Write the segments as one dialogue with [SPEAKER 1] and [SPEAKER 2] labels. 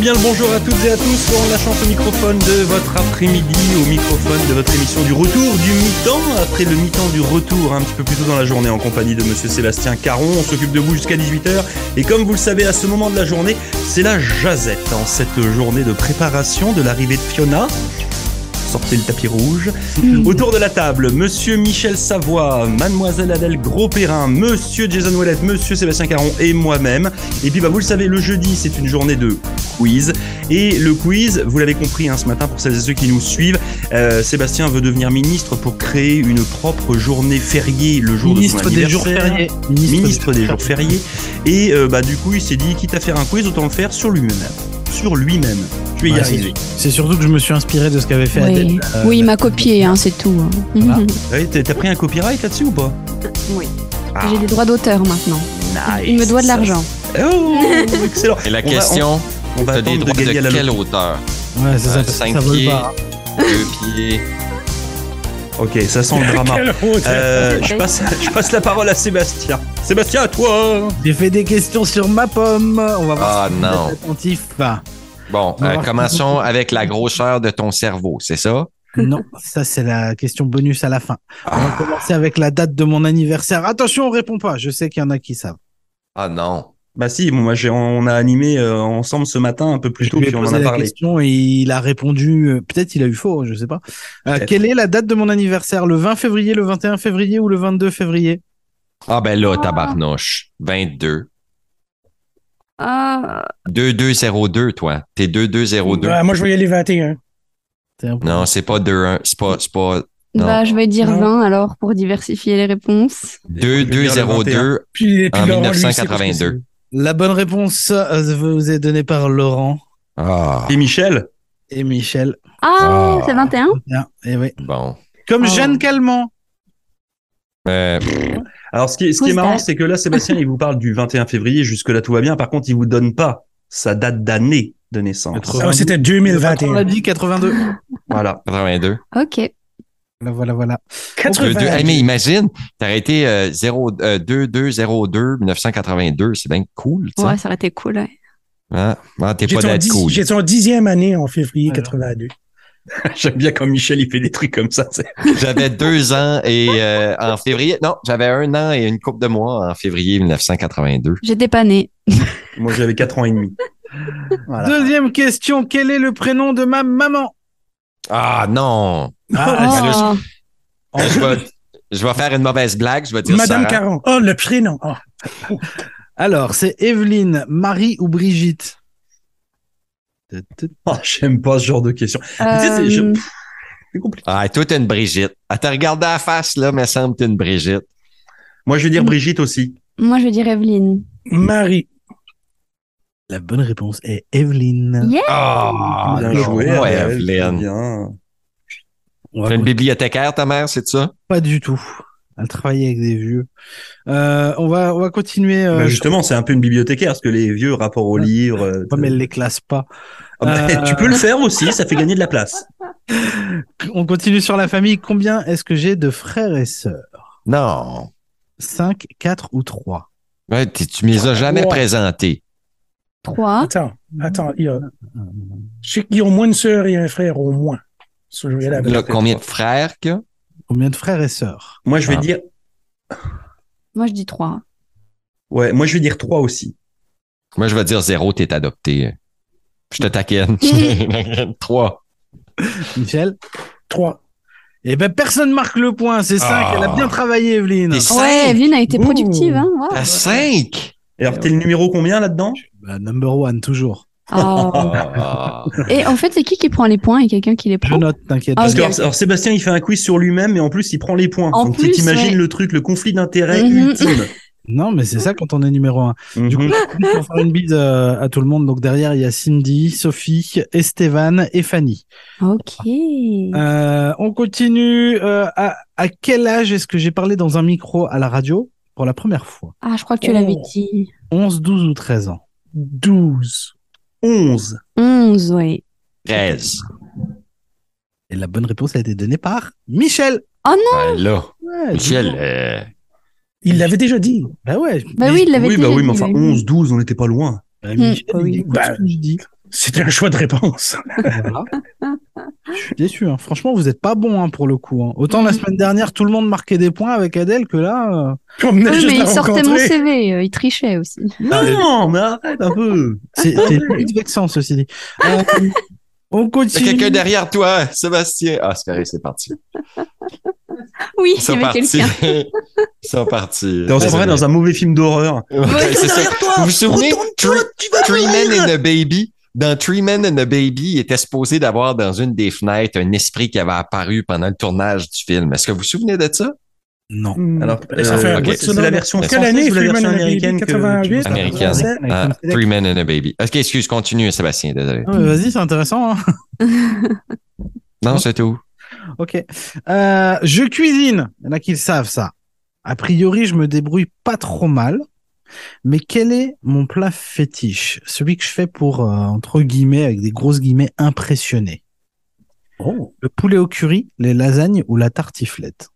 [SPEAKER 1] bien le bonjour à toutes et à tous en lâchant ce microphone de votre après-midi, au microphone de votre émission du retour du mi-temps, après le mi-temps du retour, un petit peu plus tôt dans la journée en compagnie de monsieur Sébastien Caron. On s'occupe de vous jusqu'à 18h et comme vous le savez, à ce moment de la journée, c'est la jazette en cette journée de préparation de l'arrivée de Fiona sortez le tapis rouge.
[SPEAKER 2] Hmm.
[SPEAKER 1] Autour de la table, monsieur Michel Savoie, mademoiselle Adèle Gros-Perrin, monsieur Jason Ouellette, monsieur Sébastien Caron et moi-même. Et puis, bah, vous le savez, le jeudi, c'est une journée de quiz. Et le quiz, vous l'avez compris hein, ce matin pour celles et ceux qui nous suivent, euh, Sébastien veut devenir ministre pour créer une propre journée fériée le jour de son
[SPEAKER 3] Ministre des jours
[SPEAKER 1] anniversaire.
[SPEAKER 3] fériés.
[SPEAKER 1] Ministre, des jours fériés. Et euh, bah, du coup, il s'est dit, quitte à faire un quiz, autant le faire sur lui-même. Sur lui-même. Je vais y
[SPEAKER 3] Ouais,
[SPEAKER 1] arriver.
[SPEAKER 3] C'est surtout que je me suis inspiré de ce qu'avait fait
[SPEAKER 2] Oui,
[SPEAKER 3] Adèle. euh,
[SPEAKER 2] Oui, il m'a copié, hein, c'est tout.
[SPEAKER 3] Voilà.
[SPEAKER 1] Ouais, T'as t'as pris un copyright là-dessus ou pas
[SPEAKER 2] Oui.
[SPEAKER 1] Ah.
[SPEAKER 2] J'ai des droits d'auteur maintenant. Il me doit de
[SPEAKER 1] Ça,
[SPEAKER 2] l'argent.
[SPEAKER 1] Oh, excellent.
[SPEAKER 4] Et la
[SPEAKER 1] On va-
[SPEAKER 4] question,
[SPEAKER 1] on, on va
[SPEAKER 4] t'as des
[SPEAKER 1] attendre de
[SPEAKER 4] droits de,
[SPEAKER 1] gagner à la
[SPEAKER 4] quelle
[SPEAKER 1] loterie.
[SPEAKER 4] hauteur?
[SPEAKER 3] Ouais,
[SPEAKER 1] Ah,
[SPEAKER 3] c'est ça,
[SPEAKER 4] Euh,
[SPEAKER 3] parce que
[SPEAKER 4] cinq
[SPEAKER 3] ça vole
[SPEAKER 4] pieds.
[SPEAKER 3] pas.
[SPEAKER 4] Deux pieds.
[SPEAKER 1] Ok, ça sent le drama. Euh, je, passe, je passe la parole à Sébastien. Sébastien, à toi
[SPEAKER 3] J'ai fait des questions sur ma pomme. On va voir
[SPEAKER 4] Ah
[SPEAKER 3] si vous
[SPEAKER 4] non.
[SPEAKER 3] êtes attentif. Bah,
[SPEAKER 4] Bon,
[SPEAKER 3] On va
[SPEAKER 4] euh,
[SPEAKER 3] voir.
[SPEAKER 4] commençons avec la grosseur de ton cerveau, c'est ça?
[SPEAKER 3] Non, ça c'est la question bonus à la fin. On
[SPEAKER 1] Ah.
[SPEAKER 3] va commencer avec la date de mon anniversaire. Attention, on répond pas. Je sais qu'il y en a qui savent.
[SPEAKER 4] Ah non.
[SPEAKER 1] Bah si, bon, moi, j'ai- on a animé euh, ensemble ce matin un peu plus
[SPEAKER 3] Je
[SPEAKER 1] tôt,
[SPEAKER 3] lui ai
[SPEAKER 1] puis on en
[SPEAKER 3] posé
[SPEAKER 1] a
[SPEAKER 3] la
[SPEAKER 1] parlé.
[SPEAKER 3] question et il a répondu. euh, Peut-être il a eu faux, je sais pas. Euh,
[SPEAKER 1] Peut-être.
[SPEAKER 3] quelle est la date de mon anniversaire Le 20 février, le 21 février ou le 22 février
[SPEAKER 4] Ah ben là, tabarnouche. 22.
[SPEAKER 2] Ah,
[SPEAKER 4] 2202, toi. T'es 2202.
[SPEAKER 5] Ouais, moi, je vais y aller 21.
[SPEAKER 3] C'est un peu-
[SPEAKER 4] Non, c'est pas 21. C'est pas, c'est pas Non.
[SPEAKER 2] bah, je vais dire
[SPEAKER 5] Non.
[SPEAKER 2] 20 alors pour diversifier les réponses.
[SPEAKER 1] Je vais dire
[SPEAKER 4] 2202.
[SPEAKER 5] Puis, et puis
[SPEAKER 4] En
[SPEAKER 5] Laurent, lui,
[SPEAKER 4] 1982.
[SPEAKER 5] c'est parce que
[SPEAKER 3] La bonne réponse euh, vous est donnée par Laurent
[SPEAKER 4] Ah,
[SPEAKER 1] Et Michel
[SPEAKER 3] et Michel.
[SPEAKER 2] Ah,
[SPEAKER 4] Ah.
[SPEAKER 2] c'est 21
[SPEAKER 3] Bien, et oui.
[SPEAKER 4] bon.
[SPEAKER 3] Comme
[SPEAKER 2] Oh.
[SPEAKER 3] Jeanne Calment.
[SPEAKER 4] Euh, pff,
[SPEAKER 1] Alors, ce qui est, ce qui est
[SPEAKER 2] Who's
[SPEAKER 1] marrant,
[SPEAKER 2] that
[SPEAKER 1] c'est que là, Sébastien, il vous parle du 21 février, jusque-là, tout va bien. Par contre, il vous donne pas sa date d'année de naissance.
[SPEAKER 5] c'est- Ah, c'était 2021.
[SPEAKER 3] On l'a dit 82.
[SPEAKER 1] Voilà.
[SPEAKER 4] 82.
[SPEAKER 2] Ok.
[SPEAKER 3] Voilà, voilà, voilà.
[SPEAKER 4] Le
[SPEAKER 5] 82.
[SPEAKER 4] deux- Hey, mais imagine, t'aurais été euh, 0, euh, 2202 1982, c'est bien cool, tu sais.
[SPEAKER 2] Ouais, ça aurait été cool. ouais.
[SPEAKER 4] Hein? Ah, t'es
[SPEAKER 5] J'ai
[SPEAKER 4] pas
[SPEAKER 5] son
[SPEAKER 4] d'être
[SPEAKER 5] dix-
[SPEAKER 4] cool.
[SPEAKER 5] J'ai son dixième année en février
[SPEAKER 3] Alors.
[SPEAKER 5] 82.
[SPEAKER 1] J'aime bien quand Michel, il fait des trucs comme ça. c'est-
[SPEAKER 4] J'avais deux ans et euh, en février, non, j'avais un an et une coupe de mois en février 1982.
[SPEAKER 2] J'étais pas née.
[SPEAKER 1] Moi, j'avais 4 ans et demi. Voilà.
[SPEAKER 3] Deuxième question. Quel est le prénom de ma maman Ah.
[SPEAKER 4] Ah non!
[SPEAKER 2] Oh.
[SPEAKER 4] Euh, Je vais, je vais faire une mauvaise blague, je vais dire
[SPEAKER 5] Madame
[SPEAKER 4] Sarah.
[SPEAKER 5] Caron. Oh, le prénom. Ah.
[SPEAKER 3] Alors, c'est Evelyne, Marie ou Brigitte
[SPEAKER 1] Oh, J'aime pas ce genre de questions. Tu sais, c'est- je-
[SPEAKER 2] Euh,
[SPEAKER 1] C'est compliqué.
[SPEAKER 4] Ah, toi, t'es une Brigitte. Elle t'a regardé à la face, là, mais semble que t'es une Brigitte.
[SPEAKER 1] Moi, je
[SPEAKER 2] Mm.
[SPEAKER 1] vais dire Brigitte aussi.
[SPEAKER 2] Moi, je vais dire Evelyne.
[SPEAKER 5] Marie.
[SPEAKER 3] La bonne réponse est Evelyne.
[SPEAKER 2] Yeah.
[SPEAKER 4] Ah,
[SPEAKER 1] bien
[SPEAKER 4] non,
[SPEAKER 1] joué,
[SPEAKER 4] ouais,
[SPEAKER 1] Adèle,
[SPEAKER 4] Evelyne.
[SPEAKER 1] c'est bien.
[SPEAKER 3] On
[SPEAKER 4] T'es une
[SPEAKER 3] raconte
[SPEAKER 4] bibliothécaire, ta mère, c'est ça?
[SPEAKER 3] pas du tout. Elle travaillait avec des vieux. Euh, on, va, on va continuer. euh,
[SPEAKER 1] Bah, justement, c'est un peu une bibliothécaire, parce que les vieux rapports aux
[SPEAKER 3] Ouais.
[SPEAKER 1] livres. euh,
[SPEAKER 3] comme elle les classe pas.
[SPEAKER 1] Ah, bah,
[SPEAKER 3] Euh,
[SPEAKER 1] Tu peux le faire aussi, ça fait gagner de la place.
[SPEAKER 3] On continue sur la famille. Combien est-ce que j'ai de frères et sœurs
[SPEAKER 4] Non.
[SPEAKER 3] 5, 4 ou 3
[SPEAKER 4] Ouais, t'es- tu me les as jamais
[SPEAKER 5] Ouais.
[SPEAKER 4] présentés.
[SPEAKER 2] 3.
[SPEAKER 5] Attends, attends. Il y a... Je sais qu'il y a au moins une sœur et un frère, au moins. Ça, je vais y aller avec.
[SPEAKER 4] Là, combien de frères qu'il y a?
[SPEAKER 3] Combien de frères et sœurs
[SPEAKER 1] Moi, je vais
[SPEAKER 4] Ah.
[SPEAKER 1] dire,
[SPEAKER 2] Moi, je dis 3.
[SPEAKER 1] ouais, moi, je vais dire trois aussi.
[SPEAKER 4] Moi, je vais dire zéro, t'es adopté. Je te taquine. Trois.
[SPEAKER 3] Michel
[SPEAKER 5] Trois.
[SPEAKER 3] Eh ben, personne marque le point, c'est 5.
[SPEAKER 4] Ah.
[SPEAKER 3] Elle a bien travaillé, Evelyne.
[SPEAKER 4] T'es cinq.
[SPEAKER 2] Ouais, Evelyne a été
[SPEAKER 5] Ouh.
[SPEAKER 2] productive. Hein. wow.
[SPEAKER 4] T'as cinq.
[SPEAKER 1] Et alors, t'es le numéro combien là-dedans
[SPEAKER 3] Bah, number one, toujours.
[SPEAKER 2] Oh.
[SPEAKER 4] Ah.
[SPEAKER 2] Et en fait, c'est qui qui prend les points et quelqu'un qui les
[SPEAKER 3] Je
[SPEAKER 2] prend
[SPEAKER 3] note, t'inquiète.
[SPEAKER 2] Ah,
[SPEAKER 1] Parce que
[SPEAKER 2] ok.
[SPEAKER 1] alors, alors, Sébastien, il fait un quiz sur lui-même, mais en plus, il prend les points.
[SPEAKER 2] En
[SPEAKER 1] Donc, tu
[SPEAKER 2] plus,
[SPEAKER 1] t'imagines
[SPEAKER 2] ouais.
[SPEAKER 1] le truc, le conflit d'intérêt
[SPEAKER 2] Mhm.
[SPEAKER 1] ultime.
[SPEAKER 3] Non, mais c'est ça quand on est numéro un. Du coup,
[SPEAKER 1] Mhm.
[SPEAKER 3] juste pour faire une bise euh, à tout le monde, donc derrière, il y a Cindy, Sophie, Estevan et Fanny.
[SPEAKER 2] Ok.
[SPEAKER 3] Euh, on continue. euh, à, à quel âge est-ce que j'ai parlé dans un micro à la radio pour la première fois
[SPEAKER 2] Ah, je crois que tu
[SPEAKER 5] Oh.
[SPEAKER 2] l'avais dit.
[SPEAKER 3] 11, 12 ou 13 ans
[SPEAKER 5] 12.
[SPEAKER 1] 11.
[SPEAKER 2] 11, oui.
[SPEAKER 4] Treize.
[SPEAKER 3] Et la bonne réponse a été donnée par Michel.
[SPEAKER 4] Ben là,
[SPEAKER 3] Ouais,
[SPEAKER 4] Michel, euh,
[SPEAKER 5] Il l'avait déjà dit.
[SPEAKER 3] Bah ouais.
[SPEAKER 2] Bah
[SPEAKER 3] Mais-
[SPEAKER 2] oui, il l'avait
[SPEAKER 1] Oui,
[SPEAKER 2] déjà
[SPEAKER 1] bah oui,
[SPEAKER 2] dit,
[SPEAKER 1] mais enfin,
[SPEAKER 2] oui.
[SPEAKER 1] 11, 12, on n'était pas loin.
[SPEAKER 3] Bah, Michel,
[SPEAKER 2] bah oui.
[SPEAKER 3] il écoute ce que je dis.
[SPEAKER 5] C'est un choix de réponse.
[SPEAKER 3] Voilà. Je suis déçu. hein. Franchement, vous n'êtes pas bon hein, pour le coup. hein. Autant la semaine dernière, tout le monde marquait des points avec Adèle que là. euh,
[SPEAKER 5] On venait
[SPEAKER 2] Oui,
[SPEAKER 5] juste
[SPEAKER 2] mais
[SPEAKER 5] de la
[SPEAKER 2] il sortait mon
[SPEAKER 5] rencontrer.
[SPEAKER 2] CV, euh, il trichait aussi.
[SPEAKER 1] Non, Ah, mais arrête un peu.
[SPEAKER 3] c'est c'est limite vexant, ceci dit. Euh, on
[SPEAKER 4] Il
[SPEAKER 3] continue.
[SPEAKER 4] y a quelqu'un derrière toi, Sébastien. Ah, c'est carré, c'est parti.
[SPEAKER 2] Oui,
[SPEAKER 4] Ils
[SPEAKER 2] il y
[SPEAKER 4] sont
[SPEAKER 2] avait
[SPEAKER 4] partis.
[SPEAKER 2] quelqu'un.
[SPEAKER 4] Ils sont partis.
[SPEAKER 1] T'es en vrai dans un mauvais film d'horreur.
[SPEAKER 4] Ouais, c'est ça. Vous vous souvenez? Three, Three Men and a Baby. Dans Three Men and a Baby, il était supposé d'avoir dans une des fenêtres un esprit qui avait apparu pendant le tournage du film. Est-ce que vous vous souvenez de ça?
[SPEAKER 3] Non.
[SPEAKER 1] Alors,
[SPEAKER 5] Et Hmm. ça
[SPEAKER 1] euh,
[SPEAKER 5] fait un
[SPEAKER 4] ok,
[SPEAKER 5] bout de
[SPEAKER 4] c'est
[SPEAKER 5] ça,
[SPEAKER 1] la
[SPEAKER 5] non?
[SPEAKER 1] version
[SPEAKER 5] Quelle
[SPEAKER 1] française
[SPEAKER 5] année,
[SPEAKER 1] ou la
[SPEAKER 5] Freeman
[SPEAKER 1] version
[SPEAKER 5] and the Baby,
[SPEAKER 1] américaine que tu-
[SPEAKER 5] 88?
[SPEAKER 1] tu-
[SPEAKER 4] Américaine. Ah, Three Men and a Baby. Ok, excuse, continue, Sébastien, désolé.
[SPEAKER 3] Ah, mais Vas-y, c'est intéressant. hein.
[SPEAKER 4] Non, c'est tout.
[SPEAKER 3] Ok. Euh, je cuisine. Il y en a qui le savent, ça. A priori, je me débrouille pas trop mal. Mais quel est mon plat fétiche Celui que je fais pour, euh, entre guillemets, avec des grosses guillemets, impressionner.
[SPEAKER 5] Oh.
[SPEAKER 3] Le poulet au curry, les lasagnes ou la tartiflette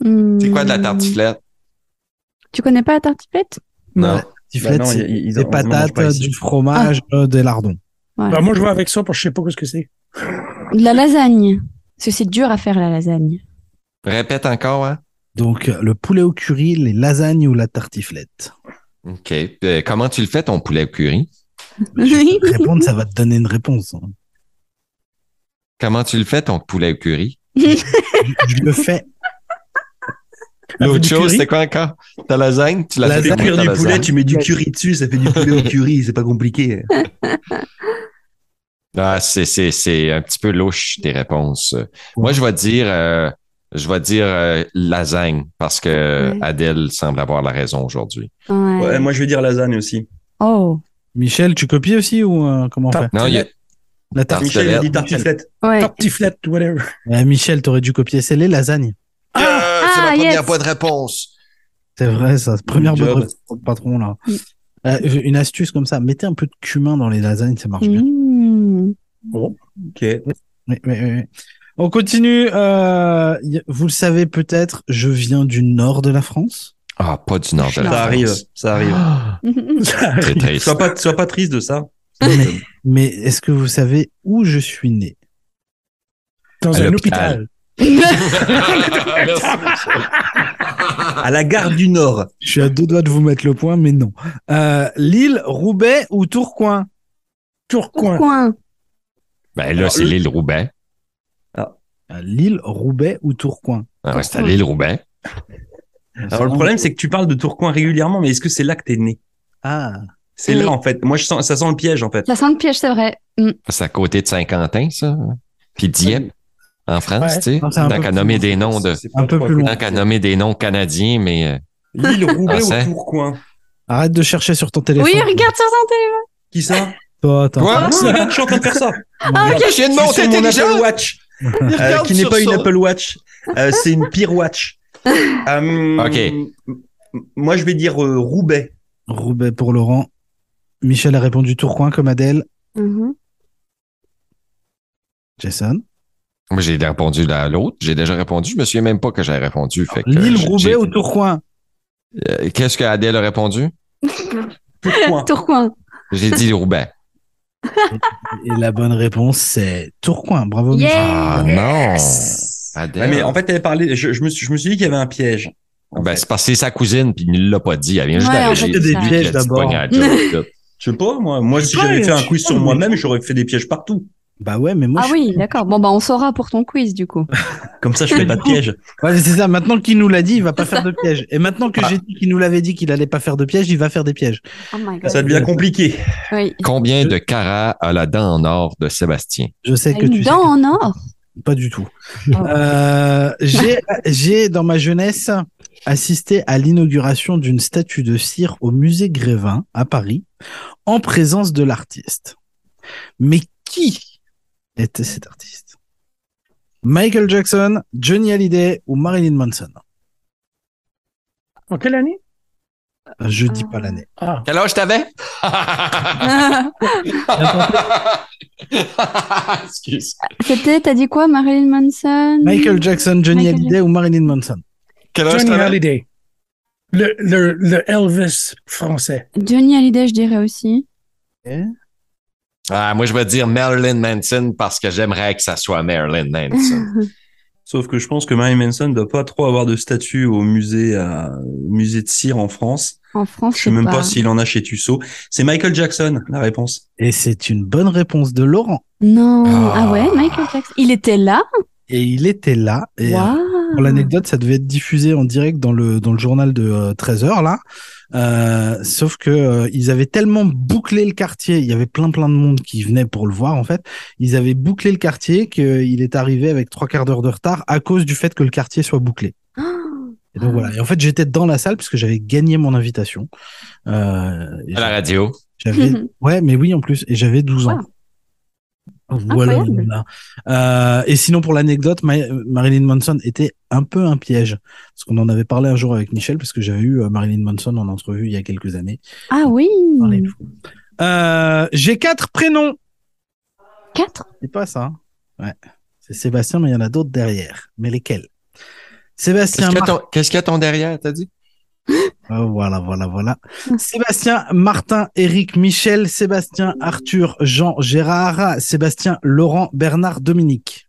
[SPEAKER 1] Bah
[SPEAKER 4] C'est quoi de la tartiflette?
[SPEAKER 2] Hmm. Tu connais pas la tartiflette
[SPEAKER 4] Non.
[SPEAKER 3] Tartiflette,
[SPEAKER 1] Bah non,
[SPEAKER 3] c'est
[SPEAKER 1] y- y- ils-
[SPEAKER 3] des
[SPEAKER 1] on mange pas
[SPEAKER 3] patates, euh,
[SPEAKER 1] ici.
[SPEAKER 3] du fromage, euh, des lardons.
[SPEAKER 2] Voilà.
[SPEAKER 5] Bah, moi, je vais avec ça parce que je sais pas ce que c'est.
[SPEAKER 2] De la lasagne. Parce que c'est dur à faire la lasagne.
[SPEAKER 4] Répète encore, hein?
[SPEAKER 3] Donc, euh, le poulet au curry, les lasagnes ou la tartiflette
[SPEAKER 4] OK. Euh, comment tu le fais, ton poulet au curry?
[SPEAKER 3] Répondre, ça va te donner une réponse. hein.
[SPEAKER 4] Comment tu le fais, ton poulet au curry?
[SPEAKER 3] Je le fais.
[SPEAKER 4] L'autre
[SPEAKER 5] du
[SPEAKER 4] chose,
[SPEAKER 5] curry?
[SPEAKER 4] c'était quoi encore? Ta lasagne? Tu l'as
[SPEAKER 3] La
[SPEAKER 4] fait
[SPEAKER 1] Tu fais
[SPEAKER 4] comment,
[SPEAKER 1] cuire
[SPEAKER 4] ta
[SPEAKER 1] du
[SPEAKER 4] lasagne?
[SPEAKER 1] poulet, tu mets du curry dessus, ça fait du poulet au curry, c'est pas compliqué.
[SPEAKER 4] Ah, c'est, c'est, c'est un petit peu louche, tes réponses. Moi, je vais dire, euh, je vais dire euh, lasagne, parce que
[SPEAKER 2] Ouais.
[SPEAKER 4] Adèle semble avoir la raison aujourd'hui.
[SPEAKER 2] Ouais.
[SPEAKER 1] Ouais, moi je vais dire lasagne aussi.
[SPEAKER 2] Oh,
[SPEAKER 3] Michel, tu copies aussi ou euh, comment on fait
[SPEAKER 4] Non, il y a-
[SPEAKER 3] La tartiflette.
[SPEAKER 1] Michel il a dit
[SPEAKER 4] Tartelette.
[SPEAKER 1] tartiflette.
[SPEAKER 2] ouais.
[SPEAKER 5] Tartiflette, whatever.
[SPEAKER 3] Euh, Michel, t'aurais dû copier, c'est les lasagnes.
[SPEAKER 4] Euh,
[SPEAKER 2] Ah,
[SPEAKER 4] c'est la première
[SPEAKER 2] yes.
[SPEAKER 4] fois de réponse.
[SPEAKER 3] C'est vrai, ça. Première
[SPEAKER 1] Good
[SPEAKER 3] bonne
[SPEAKER 1] job.
[SPEAKER 3] réponse pour le patron, là.
[SPEAKER 2] Mm.
[SPEAKER 3] Euh, une astuce comme ça, mettez un peu de cumin dans les lasagnes, ça marche bien.
[SPEAKER 2] Mmh.
[SPEAKER 1] Ok.
[SPEAKER 3] Oui, oui, oui, oui. On continue. euh, y- vous le savez peut-être, je viens du nord de la France.
[SPEAKER 4] Ah, pas du nord de la
[SPEAKER 2] Non.
[SPEAKER 1] Ça
[SPEAKER 4] France.
[SPEAKER 1] arrive, ça arrive.
[SPEAKER 4] Ah,
[SPEAKER 5] Ça
[SPEAKER 4] très
[SPEAKER 5] arrive.
[SPEAKER 4] triste.
[SPEAKER 1] Sois pas, sois pas triste de ça.
[SPEAKER 3] Mais, mais est-ce que vous savez où je suis né
[SPEAKER 5] Dans
[SPEAKER 4] À
[SPEAKER 5] un
[SPEAKER 4] l'hôpital.
[SPEAKER 5] hôpital.
[SPEAKER 1] À la gare du Nord.
[SPEAKER 3] Je suis à deux doigts de vous mettre le point, mais non. Euh, Lille, Roubaix ou Tourcoing
[SPEAKER 5] Tourcoing.
[SPEAKER 2] Coin.
[SPEAKER 4] ben là, c'est
[SPEAKER 1] Alors,
[SPEAKER 4] l'île Roubaix.
[SPEAKER 3] Euh, Lille, Roubaix ou Tourcoing
[SPEAKER 4] Ah, ouais, c'est à l'île Roubaix.
[SPEAKER 1] Alors le problème, c'est que tu parles de Tourcoing régulièrement, mais est-ce que c'est là que t'es né
[SPEAKER 3] Ah,
[SPEAKER 1] C'est
[SPEAKER 2] Oui.
[SPEAKER 1] là en fait. Moi, je sens, ça sent le piège en fait.
[SPEAKER 2] Ça sent le piège, c'est vrai. Mmh.
[SPEAKER 4] C'est à côté de Saint-Quentin, ça. Puis Dieppe, en France,
[SPEAKER 5] Ouais.
[SPEAKER 4] tu sais.
[SPEAKER 3] Non, c'est un
[SPEAKER 4] Tant
[SPEAKER 3] peu
[SPEAKER 4] qu'à
[SPEAKER 3] plus
[SPEAKER 4] nommer
[SPEAKER 3] loin.
[SPEAKER 4] des noms de,
[SPEAKER 1] C'est pas
[SPEAKER 3] un peu
[SPEAKER 1] trop à
[SPEAKER 3] plus
[SPEAKER 1] côté.
[SPEAKER 3] loin.
[SPEAKER 4] tant qu'à nommer des noms canadiens, mais euh,
[SPEAKER 1] Lille, Roubaix
[SPEAKER 4] Ah, c'est-
[SPEAKER 1] ou Tourcoing
[SPEAKER 3] Arrête de chercher sur ton téléphone.
[SPEAKER 2] Oui, regarde sur son téléphone.
[SPEAKER 1] Qui ça
[SPEAKER 3] Toi, attends.
[SPEAKER 4] Quoi?
[SPEAKER 1] Ah, non, regarde, je suis en train de faire ça.
[SPEAKER 4] Ah, ok, j'ai une montre
[SPEAKER 1] C'est mon
[SPEAKER 4] intelligente.
[SPEAKER 1] Apple Watch, euh,
[SPEAKER 4] regarde
[SPEAKER 1] qui n'est
[SPEAKER 4] sur
[SPEAKER 1] pas une
[SPEAKER 4] son-
[SPEAKER 1] Apple Watch, Euh, c'est une Pire Watch. Hum,
[SPEAKER 4] Ok.
[SPEAKER 1] m- Moi, je vais dire euh, Roubaix.
[SPEAKER 3] Roubaix pour Laurent. Michel a répondu Tourcoing comme Adèle.
[SPEAKER 2] Mhm.
[SPEAKER 3] Jason.
[SPEAKER 4] Moi, j'ai répondu à l'autre. J'ai déjà répondu. Je me souviens même pas que j'avais répondu. Fait que,
[SPEAKER 3] Lille,
[SPEAKER 4] j'ai-
[SPEAKER 3] Roubaix
[SPEAKER 4] j'ai-
[SPEAKER 3] ou Tourcoing
[SPEAKER 4] Euh, Qu'est-ce que Adèle a répondu?
[SPEAKER 1] Tourcoing.
[SPEAKER 2] Tourcoing.
[SPEAKER 4] J'ai dit Roubaix.
[SPEAKER 3] Et la bonne réponse, c'est Tourcoing. Bravo,
[SPEAKER 2] Yeah.
[SPEAKER 3] Michel.
[SPEAKER 4] Ah non! Adèle.
[SPEAKER 1] Ouais, mais en fait, elle parlait. Je, je me suis, je me suis dit qu'il y avait un piège. en
[SPEAKER 4] ben,
[SPEAKER 1] fait.
[SPEAKER 4] c'est parce que c'est sa cousine, puis il ne l'a pas dit. Elle vient juste
[SPEAKER 2] Ouais,
[SPEAKER 4] d'arriver.
[SPEAKER 2] en fait,
[SPEAKER 4] Lui,
[SPEAKER 3] c'est des
[SPEAKER 4] il a dit
[SPEAKER 3] pièges d'abord.
[SPEAKER 4] pogne à la job,
[SPEAKER 1] Je sais pas, moi. Moi, si
[SPEAKER 5] sais pas,
[SPEAKER 1] j'avais fait un
[SPEAKER 5] je sais
[SPEAKER 1] quiz
[SPEAKER 5] pas,
[SPEAKER 1] sur
[SPEAKER 5] mais-
[SPEAKER 1] moi-même, j'aurais fait des pièges partout.
[SPEAKER 3] Bah ouais, mais moi.
[SPEAKER 2] Ah
[SPEAKER 3] je-
[SPEAKER 2] oui, d'accord. Bon, bah, on saura pour ton quiz, du coup.
[SPEAKER 1] Comme ça, je fais pas de piège.
[SPEAKER 3] Ouais, mais c'est ça. Maintenant qu'il nous l'a dit, il va pas faire de piège. Et maintenant
[SPEAKER 4] Ah.
[SPEAKER 3] que j'ai dit qu'il nous l'avait dit qu'il allait pas faire de piège, il va faire des pièges.
[SPEAKER 2] Oh my god.
[SPEAKER 1] Ça devient compliqué.
[SPEAKER 2] Oui.
[SPEAKER 4] Combien de carats a la dent en or de Sébastien?
[SPEAKER 3] Je sais que
[SPEAKER 2] Une
[SPEAKER 3] tu. sais
[SPEAKER 2] dent en or.
[SPEAKER 3] que- Pas du tout.
[SPEAKER 2] Oh.
[SPEAKER 3] Euh, j'ai, j'ai, dans ma jeunesse, assisté à l'inauguration d'une statue de cire au musée Grévin, à Paris, en présence de l'artiste. Mais qui était cet artiste Michael Jackson, Johnny Hallyday ou Marilyn Manson
[SPEAKER 5] En quelle année?
[SPEAKER 3] Euh, Je dis pas
[SPEAKER 2] Ah.
[SPEAKER 3] l'année.
[SPEAKER 5] Ah.
[SPEAKER 4] Quel âge t'avais? Ah, Excuse.
[SPEAKER 2] C'était, t'as dit quoi, Marilyn Manson
[SPEAKER 3] Michael Jackson, Johnny
[SPEAKER 2] Ah. Michael
[SPEAKER 3] Hallyday ou Marilyn Manson
[SPEAKER 4] Quel âge
[SPEAKER 5] Johnny
[SPEAKER 4] t'avais?
[SPEAKER 5] Hallyday. Le, le, le Elvis français.
[SPEAKER 2] Johnny Hallyday, je dirais aussi.
[SPEAKER 4] Ah, moi, je vais dire Marilyn Manson parce que j'aimerais que ça soit Marilyn Manson.
[SPEAKER 1] Sauf que je pense que Marilyn Manson ne doit pas trop avoir de statut au musée, à- au musée de cire en France.
[SPEAKER 2] En France,
[SPEAKER 1] Je sais
[SPEAKER 2] c'est
[SPEAKER 1] même pas s'il en a chez Tussaud. C'est Michael Jackson, la réponse.
[SPEAKER 3] Et c'est une bonne réponse de Laurent.
[SPEAKER 2] Non.
[SPEAKER 4] Ah.
[SPEAKER 2] Ah ouais, Michael Jackson. Il était là.
[SPEAKER 3] Et il était là. Et euh,
[SPEAKER 2] Waouh.
[SPEAKER 3] pour l'anecdote, ça devait être diffusé en direct dans le, dans le journal de 13h, là. Euh, sauf que euh, ils avaient tellement bouclé le quartier, il y avait plein plein de monde qui venait pour le voir en fait. Ils avaient bouclé le quartier qu'il est arrivé avec trois quarts d'heure de retard à cause du fait que le quartier soit bouclé. Et donc voilà. Et en fait, j'étais dans la salle puisque j'avais gagné mon invitation. Euh, et
[SPEAKER 4] À Ah, la radio.
[SPEAKER 3] j'avais, ouais, mais oui, en plus, et j'avais 12 ans. Voilà.
[SPEAKER 2] Incroyable.
[SPEAKER 3] voilà. Euh, et sinon, pour l'anecdote, Ma- Marilyn Manson était un peu un piège. Parce qu'on en avait parlé un jour avec Michel, parce que j'avais eu euh, Marilyn Manson en entrevue il y a quelques années.
[SPEAKER 2] Ah oui.
[SPEAKER 3] Parlez-le. Euh, j'ai quatre prénoms.
[SPEAKER 2] Quatre.
[SPEAKER 3] C'est pas ça. hein. Ouais. C'est Sébastien, mais il y en a d'autres derrière. Mais lesquels? Sébastien,
[SPEAKER 4] Qu'est-ce qu'il y a
[SPEAKER 3] Marc-
[SPEAKER 4] ton- qu'est-ce qu'il y a ton derrière, t'as dit?
[SPEAKER 3] Ah, Voilà, voilà, voilà. Sébastien, Martin, Éric, Michel, Sébastien, Arthur, Jean, Gérard, Sébastien, Laurent, Bernard, Dominique.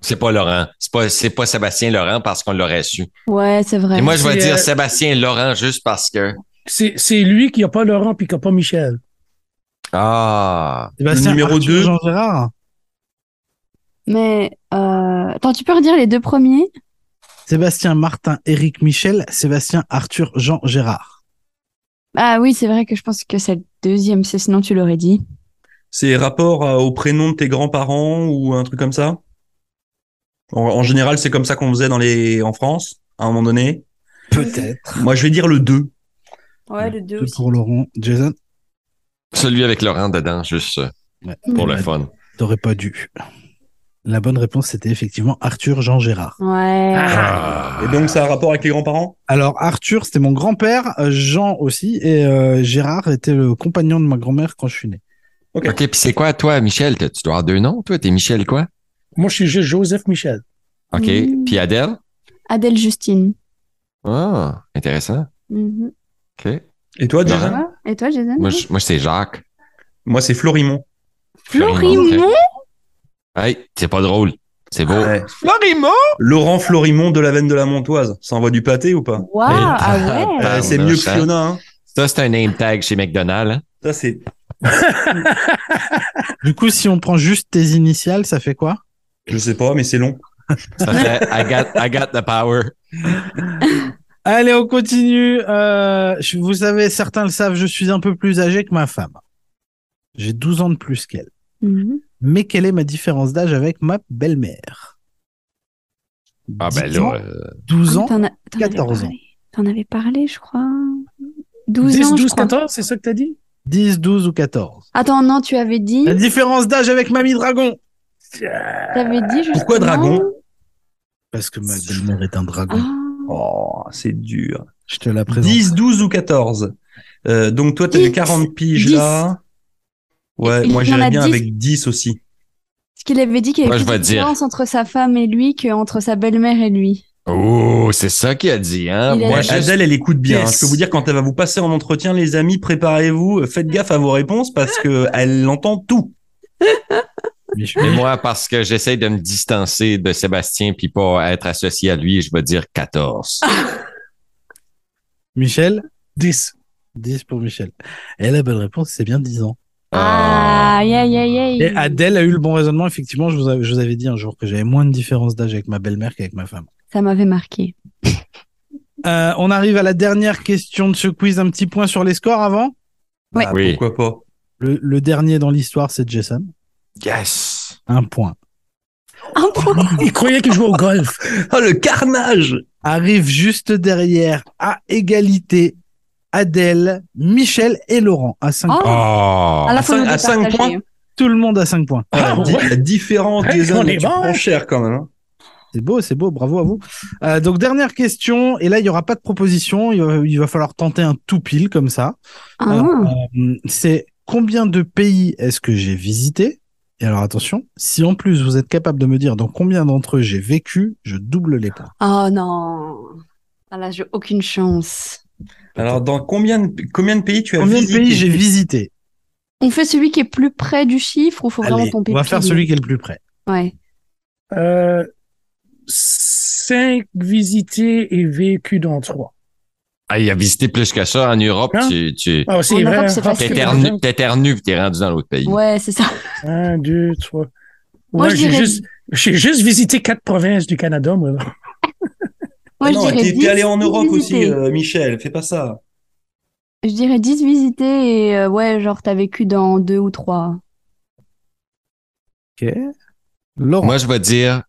[SPEAKER 4] C'est pas Laurent. C'est pas, c'est pas Sébastien Laurent parce qu'on l'aurait su.
[SPEAKER 2] Ouais, c'est vrai.
[SPEAKER 4] Et moi, je vais
[SPEAKER 5] C'est,
[SPEAKER 4] dire
[SPEAKER 5] euh,
[SPEAKER 4] Sébastien Laurent juste parce que.
[SPEAKER 5] C'est c'est lui qui n'a pas Laurent puis qui n'a pas Michel.
[SPEAKER 4] Ah!
[SPEAKER 3] Sébastien,
[SPEAKER 1] numéro
[SPEAKER 3] Arthur,
[SPEAKER 1] deux.
[SPEAKER 3] Jean, Gérard.
[SPEAKER 2] Mais euh... attends, tu peux redire les deux premiers
[SPEAKER 3] Sébastien, Martin, Éric, Michel, Sébastien, Arthur, Jean, Gérard.
[SPEAKER 2] Ah oui, c'est vrai que je pense que c'est le deuxième. C'est sinon tu l'aurais dit.
[SPEAKER 1] C'est rapport à- au prénom de tes grands-parents ou un truc comme ça en, en général, c'est comme ça qu'on faisait dans les, en France, à un moment donné.
[SPEAKER 3] Peut-être.
[SPEAKER 1] Moi, je vais dire le 2.
[SPEAKER 2] Ouais, le deux.
[SPEAKER 3] Pour Laurent, Jason,
[SPEAKER 4] Celui avec Laurent dedans, juste euh,
[SPEAKER 3] Ouais.
[SPEAKER 4] pour le
[SPEAKER 3] Ouais.
[SPEAKER 4] fun.
[SPEAKER 3] t'aurais pas dû. La bonne réponse, c'était effectivement Arthur, Jean, Gérard.
[SPEAKER 2] Ouais.
[SPEAKER 4] Ah.
[SPEAKER 1] Et donc, ça a un rapport avec les grands-parents
[SPEAKER 3] Alors, Arthur, c'était mon grand-père, euh, Jean aussi, et euh, Gérard était le compagnon de ma grand-mère quand je suis né.
[SPEAKER 1] Ok.
[SPEAKER 4] OK, puis c'est quoi, toi, Michel? T'as- Tu dois avoir deux noms, toi? T'es Michel quoi?
[SPEAKER 5] Moi, je suis juste Joseph Michel.
[SPEAKER 4] OK.
[SPEAKER 2] Mm.
[SPEAKER 4] Puis Adèle?
[SPEAKER 2] Adèle Justine.
[SPEAKER 4] Ah, intéressant.
[SPEAKER 2] Mhm.
[SPEAKER 4] OK.
[SPEAKER 1] Et toi,
[SPEAKER 4] Laurent.
[SPEAKER 1] Jason
[SPEAKER 2] Toi Et toi, Jason
[SPEAKER 4] Moi, je- moi, c'est Jacques.
[SPEAKER 1] Moi, c'est Florimond.
[SPEAKER 2] Florimond
[SPEAKER 4] Hey, c'est pas drôle. C'est beau.
[SPEAKER 1] Ouais.
[SPEAKER 4] Florimond!
[SPEAKER 1] Laurent Florimond de la veine de la Montoise. Ça envoie du pâté ou pas
[SPEAKER 2] Waouh, ah ouais.
[SPEAKER 1] Euh, C'est mieux que Fiona. Hein.
[SPEAKER 4] Ça, c'est un name tag chez McDonald's. hein.
[SPEAKER 1] Ça, c'est
[SPEAKER 3] Du coup, si on prend juste tes initiales, ça fait quoi
[SPEAKER 1] Je sais pas, mais c'est long.
[SPEAKER 4] Ça fait I got, I got the power.
[SPEAKER 3] Allez, on continue. Euh, je- vous savez, certains le savent, je suis un peu plus âgé que ma femme. J'ai 12 ans de plus qu'elle.
[SPEAKER 2] Mhm.
[SPEAKER 3] Mais quelle est ma différence d'âge avec ma belle-mère
[SPEAKER 4] Ah, ben
[SPEAKER 3] 10 ans,
[SPEAKER 4] là. euh,
[SPEAKER 3] 12 ans
[SPEAKER 2] T'en as- t'en avais
[SPEAKER 3] 14 ans.
[SPEAKER 2] parlé. T'en avais parlé, je crois. 12
[SPEAKER 5] 10,
[SPEAKER 2] ans, je
[SPEAKER 5] 12,
[SPEAKER 2] crois.
[SPEAKER 5] 14, c'est ça que t'as dit?
[SPEAKER 3] 10, 12 ou 14.
[SPEAKER 2] Attends, non, tu avais dit.
[SPEAKER 3] La différence d'âge avec mamie Dragon
[SPEAKER 2] T'avais dit justement.
[SPEAKER 1] Pourquoi dragon
[SPEAKER 3] Parce que ma belle-mère est un dragon.
[SPEAKER 2] Ah.
[SPEAKER 1] Oh, c'est dur.
[SPEAKER 3] Je te la présente.
[SPEAKER 1] 10, 12 ou 14 Euh, Donc, toi, t'avais
[SPEAKER 2] Dix.
[SPEAKER 1] 40 piges
[SPEAKER 2] Dix.
[SPEAKER 1] là. Ouais,
[SPEAKER 2] Il
[SPEAKER 1] moi,
[SPEAKER 2] y en
[SPEAKER 1] j'irais
[SPEAKER 2] a
[SPEAKER 1] bien
[SPEAKER 2] dix.
[SPEAKER 1] avec 10 aussi.
[SPEAKER 2] Parce qu'il avait dit qu'il y avait
[SPEAKER 4] Moi, je
[SPEAKER 2] plus
[SPEAKER 4] vais
[SPEAKER 2] de
[SPEAKER 4] dire.
[SPEAKER 2] différence entre sa femme et lui qu'entre sa belle-mère et lui.
[SPEAKER 4] Oh, c'est ça qu'il a dit, hein?
[SPEAKER 2] Il a
[SPEAKER 4] Moi,
[SPEAKER 2] dit-
[SPEAKER 4] juste-
[SPEAKER 1] Adèle, elle écoute bien. hein.
[SPEAKER 4] Yes.
[SPEAKER 1] Je peux vous dire, quand elle va vous passer en entretien, les amis, préparez-vous, faites gaffe à vos réponses parce que elle entend tout.
[SPEAKER 4] Et moi, parce que j'essaie de me distancer de Sébastien puis pas être associé à lui, je vais dire 14.
[SPEAKER 3] Michel
[SPEAKER 5] 10.
[SPEAKER 3] 10 pour Michel. Et la bonne réponse, c'est bien 10 ans.
[SPEAKER 2] Ah, aïe, aïe, aïe, aïe.
[SPEAKER 3] Et Adèle a eu le bon raisonnement. Effectivement, je vous, av- je vous avais dit un jour que j'avais moins de différence d'âge avec ma belle-mère qu'avec ma femme.
[SPEAKER 2] Ça m'avait marqué.
[SPEAKER 3] Euh, on arrive à la dernière question de ce quiz. Un petit point sur les scores avant.
[SPEAKER 2] Ouais.
[SPEAKER 4] Ah, oui.
[SPEAKER 1] Pourquoi pas
[SPEAKER 3] Le, le dernier dans l'histoire, c'est Jason.
[SPEAKER 4] Yes!
[SPEAKER 3] Un point.
[SPEAKER 2] Un point.
[SPEAKER 1] Ah.
[SPEAKER 5] Il croyait qu'il jouait au golf.
[SPEAKER 1] Oh, le carnage
[SPEAKER 3] Arrive juste derrière, à égalité, Adèle, Michel et Laurent. À cinq
[SPEAKER 2] Oh.
[SPEAKER 3] points.
[SPEAKER 4] Oh!
[SPEAKER 2] À la
[SPEAKER 1] à
[SPEAKER 2] fois,
[SPEAKER 1] cinq-
[SPEAKER 2] nous
[SPEAKER 1] à cinq
[SPEAKER 2] départager.
[SPEAKER 1] points.
[SPEAKER 3] Tout le monde à 5 points.
[SPEAKER 1] Ah,
[SPEAKER 5] Ah,
[SPEAKER 1] la, di-
[SPEAKER 5] ouais.
[SPEAKER 1] la différence
[SPEAKER 5] Hey,
[SPEAKER 1] des uns,
[SPEAKER 5] on
[SPEAKER 1] mais
[SPEAKER 5] est
[SPEAKER 1] tu
[SPEAKER 5] bon.
[SPEAKER 1] prends cher quand même. hein.
[SPEAKER 3] C'est beau, c'est beau. Bravo à vous. Euh, donc, dernière question. Et là, il n'y aura pas de proposition. Il va, il va falloir tenter un tout pile comme ça.
[SPEAKER 2] Ah.
[SPEAKER 3] Euh, c'est combien de pays est-ce que j'ai visité Et alors attention, si en plus vous êtes capable de me dire dans combien d'entre eux j'ai vécu, je double les points.
[SPEAKER 2] Oh non. Ah là, j'ai aucune chance.
[SPEAKER 1] Alors, dans combien de, combien de pays tu as
[SPEAKER 3] Combien de
[SPEAKER 1] visité
[SPEAKER 3] pays j'ai visité
[SPEAKER 2] On fait celui qui est plus près du chiffre ou faut vraiment
[SPEAKER 3] Allez,
[SPEAKER 2] tomber
[SPEAKER 3] on va
[SPEAKER 2] pile?
[SPEAKER 3] faire celui qui est le plus près.
[SPEAKER 2] Ouais.
[SPEAKER 5] Euh, cinq visités et vécu dans trois.
[SPEAKER 4] Ah, il a visité plus que ça en Europe.
[SPEAKER 5] Hein?
[SPEAKER 4] Tu, tu
[SPEAKER 5] Ah,
[SPEAKER 2] En
[SPEAKER 5] c'est
[SPEAKER 2] Europe,
[SPEAKER 5] vrai.
[SPEAKER 2] c'est
[SPEAKER 5] Ah,
[SPEAKER 2] facile.
[SPEAKER 5] c'est
[SPEAKER 4] t'éternues,
[SPEAKER 5] vrai.
[SPEAKER 4] t'éternues, puis t'es rendu dans l'autre pays.
[SPEAKER 2] Ouais, c'est ça.
[SPEAKER 5] Un, deux, trois.
[SPEAKER 2] Moi,
[SPEAKER 5] Ouais,
[SPEAKER 2] je
[SPEAKER 5] j'ai
[SPEAKER 2] dirais-
[SPEAKER 5] juste, j'ai juste visité quatre provinces du Canada, moi. là.
[SPEAKER 2] Moi,
[SPEAKER 1] Ah non,
[SPEAKER 2] je dirais
[SPEAKER 1] t'es-
[SPEAKER 2] 10
[SPEAKER 1] t'es allé en Europe aussi,
[SPEAKER 2] visités.
[SPEAKER 1] euh, Michel, fais pas ça.
[SPEAKER 2] Je dirais 10 visités et euh, ouais, genre t'as vécu dans deux ou trois.
[SPEAKER 3] Ok. Laurent.
[SPEAKER 4] Moi, je vais dire,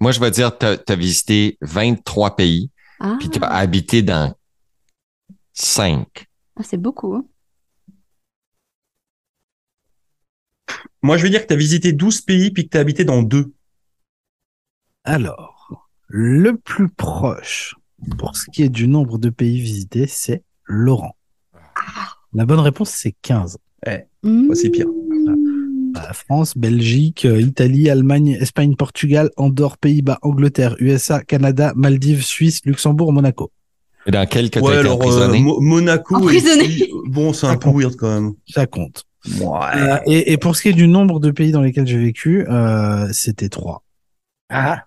[SPEAKER 4] moi, je vais dire, t'as, t'as visité 23 pays,
[SPEAKER 2] Ah,
[SPEAKER 4] puis t'as habité dans 5.
[SPEAKER 2] ah, c'est beaucoup. hein.
[SPEAKER 1] Moi, je veux dire que t'as visité 12 pays puis que t'as habité dans deux.
[SPEAKER 3] Alors, le plus proche pour ce qui est du nombre de pays visités, c'est Laurent. La bonne réponse, c'est 15.
[SPEAKER 1] Ouais,
[SPEAKER 2] Hmm.
[SPEAKER 1] c'est pire.
[SPEAKER 2] Mmh.
[SPEAKER 3] Bah, France, Belgique, euh, Italie, Allemagne, Espagne, Portugal, Andorre, Pays-Bas, Angleterre, USA, Canada, Maldives, Suisse, Luxembourg, Monaco.
[SPEAKER 4] Et dans quel que
[SPEAKER 1] ouais,
[SPEAKER 4] t'as été
[SPEAKER 1] alors, euh,
[SPEAKER 4] emprisonné?
[SPEAKER 1] Mo- Monaco. et
[SPEAKER 2] Emprisonné.
[SPEAKER 1] puis- bon, c'est un peu weird quand même.
[SPEAKER 3] Ça compte.
[SPEAKER 1] Ouais.
[SPEAKER 3] Euh, et, et pour ce qui est du nombre de pays dans lesquels j'ai vécu, euh, c'était 3.
[SPEAKER 5] Ah.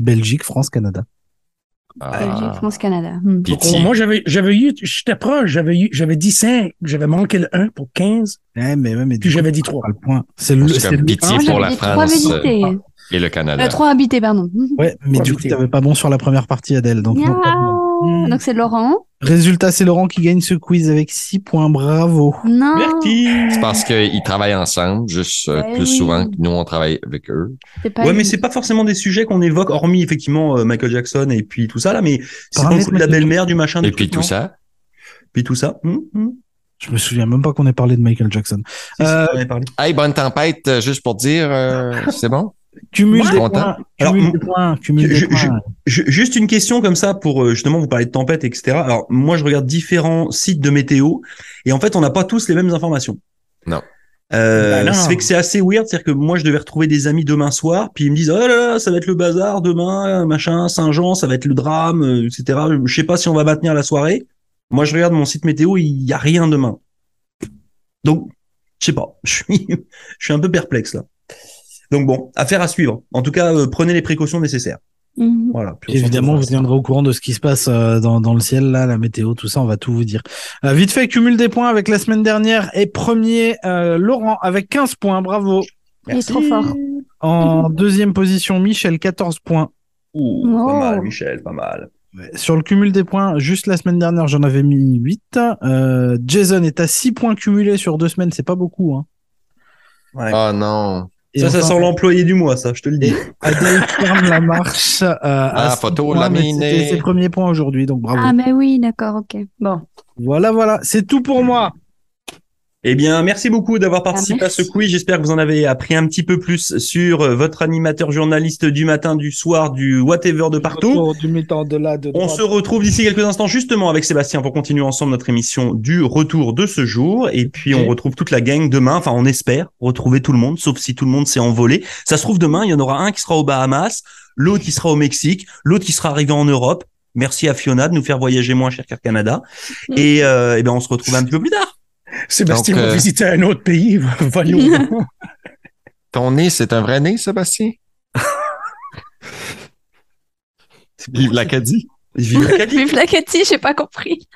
[SPEAKER 3] Belgique, France, Canada.
[SPEAKER 2] Belgique,
[SPEAKER 4] Ah,
[SPEAKER 2] France, Canada. Hmm.
[SPEAKER 5] Donc,
[SPEAKER 4] pitié.
[SPEAKER 5] moi, j'avais, j'avais eu, j'étais proche, j'avais eu, j'avais dit cinq, j'avais manqué le un pour 15,
[SPEAKER 3] Ouais, Eh, mais, ouais, mais du
[SPEAKER 5] puis
[SPEAKER 3] coup,
[SPEAKER 5] j'avais dit
[SPEAKER 3] on
[SPEAKER 5] trois.
[SPEAKER 3] parle point. C'est le,
[SPEAKER 4] Je suis
[SPEAKER 3] c'est
[SPEAKER 4] comme
[SPEAKER 3] le-
[SPEAKER 4] pitié
[SPEAKER 3] hein,
[SPEAKER 2] Moi,
[SPEAKER 4] pour
[SPEAKER 2] j'avais
[SPEAKER 4] la
[SPEAKER 2] dit
[SPEAKER 4] France.
[SPEAKER 2] Trois visités.
[SPEAKER 3] euh,
[SPEAKER 4] Et le Canada.
[SPEAKER 2] Euh, trois habités, pardon.
[SPEAKER 3] Ouais, mais
[SPEAKER 5] Trois
[SPEAKER 3] du coup,
[SPEAKER 5] vitesses.
[SPEAKER 3] t'avais pas bon sur la première partie, Adèle. Donc, non, pas bon.
[SPEAKER 2] Miaou.
[SPEAKER 3] Hmm.
[SPEAKER 2] Donc c'est Laurent.
[SPEAKER 3] Résultat, c'est Laurent qui gagne ce quiz avec 6 points. Bravo.
[SPEAKER 2] Non.
[SPEAKER 1] Merci.
[SPEAKER 4] C'est parce qu'ils travaillent ensemble, juste euh,
[SPEAKER 2] Ben
[SPEAKER 4] plus
[SPEAKER 2] oui.
[SPEAKER 4] souvent que nous, on travaille avec eux.
[SPEAKER 2] C'est pas
[SPEAKER 1] ouais,
[SPEAKER 2] lui.
[SPEAKER 1] mais c'est pas forcément des sujets qu'on évoque, hormis effectivement euh, Michael Jackson et puis tout ça là, mais c'est
[SPEAKER 3] Parlez de
[SPEAKER 1] beaucoup de la
[SPEAKER 3] Michael
[SPEAKER 1] belle-mère, du machin. du
[SPEAKER 4] Et puis
[SPEAKER 1] truc, non
[SPEAKER 4] tout ça.
[SPEAKER 1] Puis tout ça. Hum, hum.
[SPEAKER 3] Je me souviens même pas qu'on ait parlé de Michael Jackson.
[SPEAKER 1] Si, si,
[SPEAKER 3] Euh,
[SPEAKER 1] on en avait parlé.
[SPEAKER 4] Hey, bonne tempête, euh, juste pour dire, euh, c'est bon?
[SPEAKER 3] Cumul
[SPEAKER 4] Je suis
[SPEAKER 3] des
[SPEAKER 4] content.
[SPEAKER 3] points. Cumul
[SPEAKER 1] Alors,
[SPEAKER 3] des points. Cumul
[SPEAKER 1] je-
[SPEAKER 3] des
[SPEAKER 1] je-
[SPEAKER 3] points.
[SPEAKER 1] Je- juste une question comme ça pour euh, justement vous parler de tempête, etc. Alors moi je regarde différents sites de météo et en fait on n'a pas tous les mêmes informations.
[SPEAKER 4] Non.
[SPEAKER 1] Euh,
[SPEAKER 5] Bah non.
[SPEAKER 1] ça fait que c'est assez weird, c'est-à-dire que moi je devais retrouver des amis demain soir, puis ils me disent oh là là ça va être le bazar demain, euh, machin, Saint-Jean, ça va être le drame, euh, etc. Je sais pas si on va maintenir la soirée. Moi je regarde mon site météo, il y a rien demain. Donc je sais pas, je suis je suis un peu perplexe là. Donc bon, affaire à suivre. En tout cas, euh, prenez les précautions nécessaires.
[SPEAKER 2] Mhm.
[SPEAKER 1] Voilà.
[SPEAKER 3] Puis évidemment, vous tiendrez au courant de ce qui se passe euh, dans, dans le ciel, là, la météo, tout ça, on va tout vous dire. Euh, vite fait, cumul des points avec la semaine dernière et premier, euh, Laurent avec 15 points, bravo.
[SPEAKER 2] Il est trop fort.
[SPEAKER 1] Ah
[SPEAKER 3] En deuxième position, Michel, 14 points.
[SPEAKER 1] Ouh,
[SPEAKER 2] Oh.
[SPEAKER 1] pas mal, Michel, pas mal.
[SPEAKER 3] Ouais. Sur le cumul des points, juste la semaine dernière, j'en avais mis 8. Euh, Jason est à 6 points cumulés sur deux semaines, c'est pas beaucoup. Hein.
[SPEAKER 1] Ouais.
[SPEAKER 4] Oh non.
[SPEAKER 3] Et
[SPEAKER 1] ça, ça
[SPEAKER 3] enfin,
[SPEAKER 1] sent l'employé du mois, ça, je te le dis.
[SPEAKER 3] Adèle ferme la marche. euh, à
[SPEAKER 4] Ah,
[SPEAKER 3] six
[SPEAKER 4] photo,
[SPEAKER 3] points,
[SPEAKER 4] la
[SPEAKER 3] mais
[SPEAKER 4] mine
[SPEAKER 3] C'était
[SPEAKER 4] est-
[SPEAKER 3] ses premiers points aujourd'hui, donc bravo.
[SPEAKER 2] Ah, mais oui, d'accord, ok. Bon.
[SPEAKER 3] Voilà, voilà, c'est tout
[SPEAKER 1] Mmh.
[SPEAKER 3] pour moi.
[SPEAKER 1] Eh bien, merci beaucoup d'avoir participé
[SPEAKER 2] Ah, merci.
[SPEAKER 1] à ce quiz. J'espère que vous en avez appris un petit peu plus sur euh, votre animateur journaliste du matin, du soir, du whatever de partout.
[SPEAKER 3] Autour Du mi-temps de là, de
[SPEAKER 1] On
[SPEAKER 3] droite.
[SPEAKER 1] se retrouve d'ici quelques instants justement avec Sébastien pour continuer ensemble notre émission du retour de ce jour. Et puis on
[SPEAKER 5] Ok.
[SPEAKER 1] retrouve toute la gang demain. Enfin, on espère retrouver tout le monde, sauf si tout le monde s'est envolé. Ça se trouve demain, il y en aura un qui sera aux Bahamas, l'autre qui sera au Mexique, l'autre qui sera arrivé en Europe. Merci à Fiona de nous faire voyager moins cher qu'Air Canada. Et, euh, eh ben, on se retrouve un petit peu plus tard.
[SPEAKER 5] Sébastien
[SPEAKER 4] Donc,
[SPEAKER 5] va
[SPEAKER 4] euh,
[SPEAKER 5] visiter un autre pays, va voler au monde.
[SPEAKER 4] Ton nez, c'est un vrai nez, Sébastien? Vive l'Acadie.
[SPEAKER 1] Vive l'Acadie.
[SPEAKER 2] Vive la Cathy, j'ai pas compris.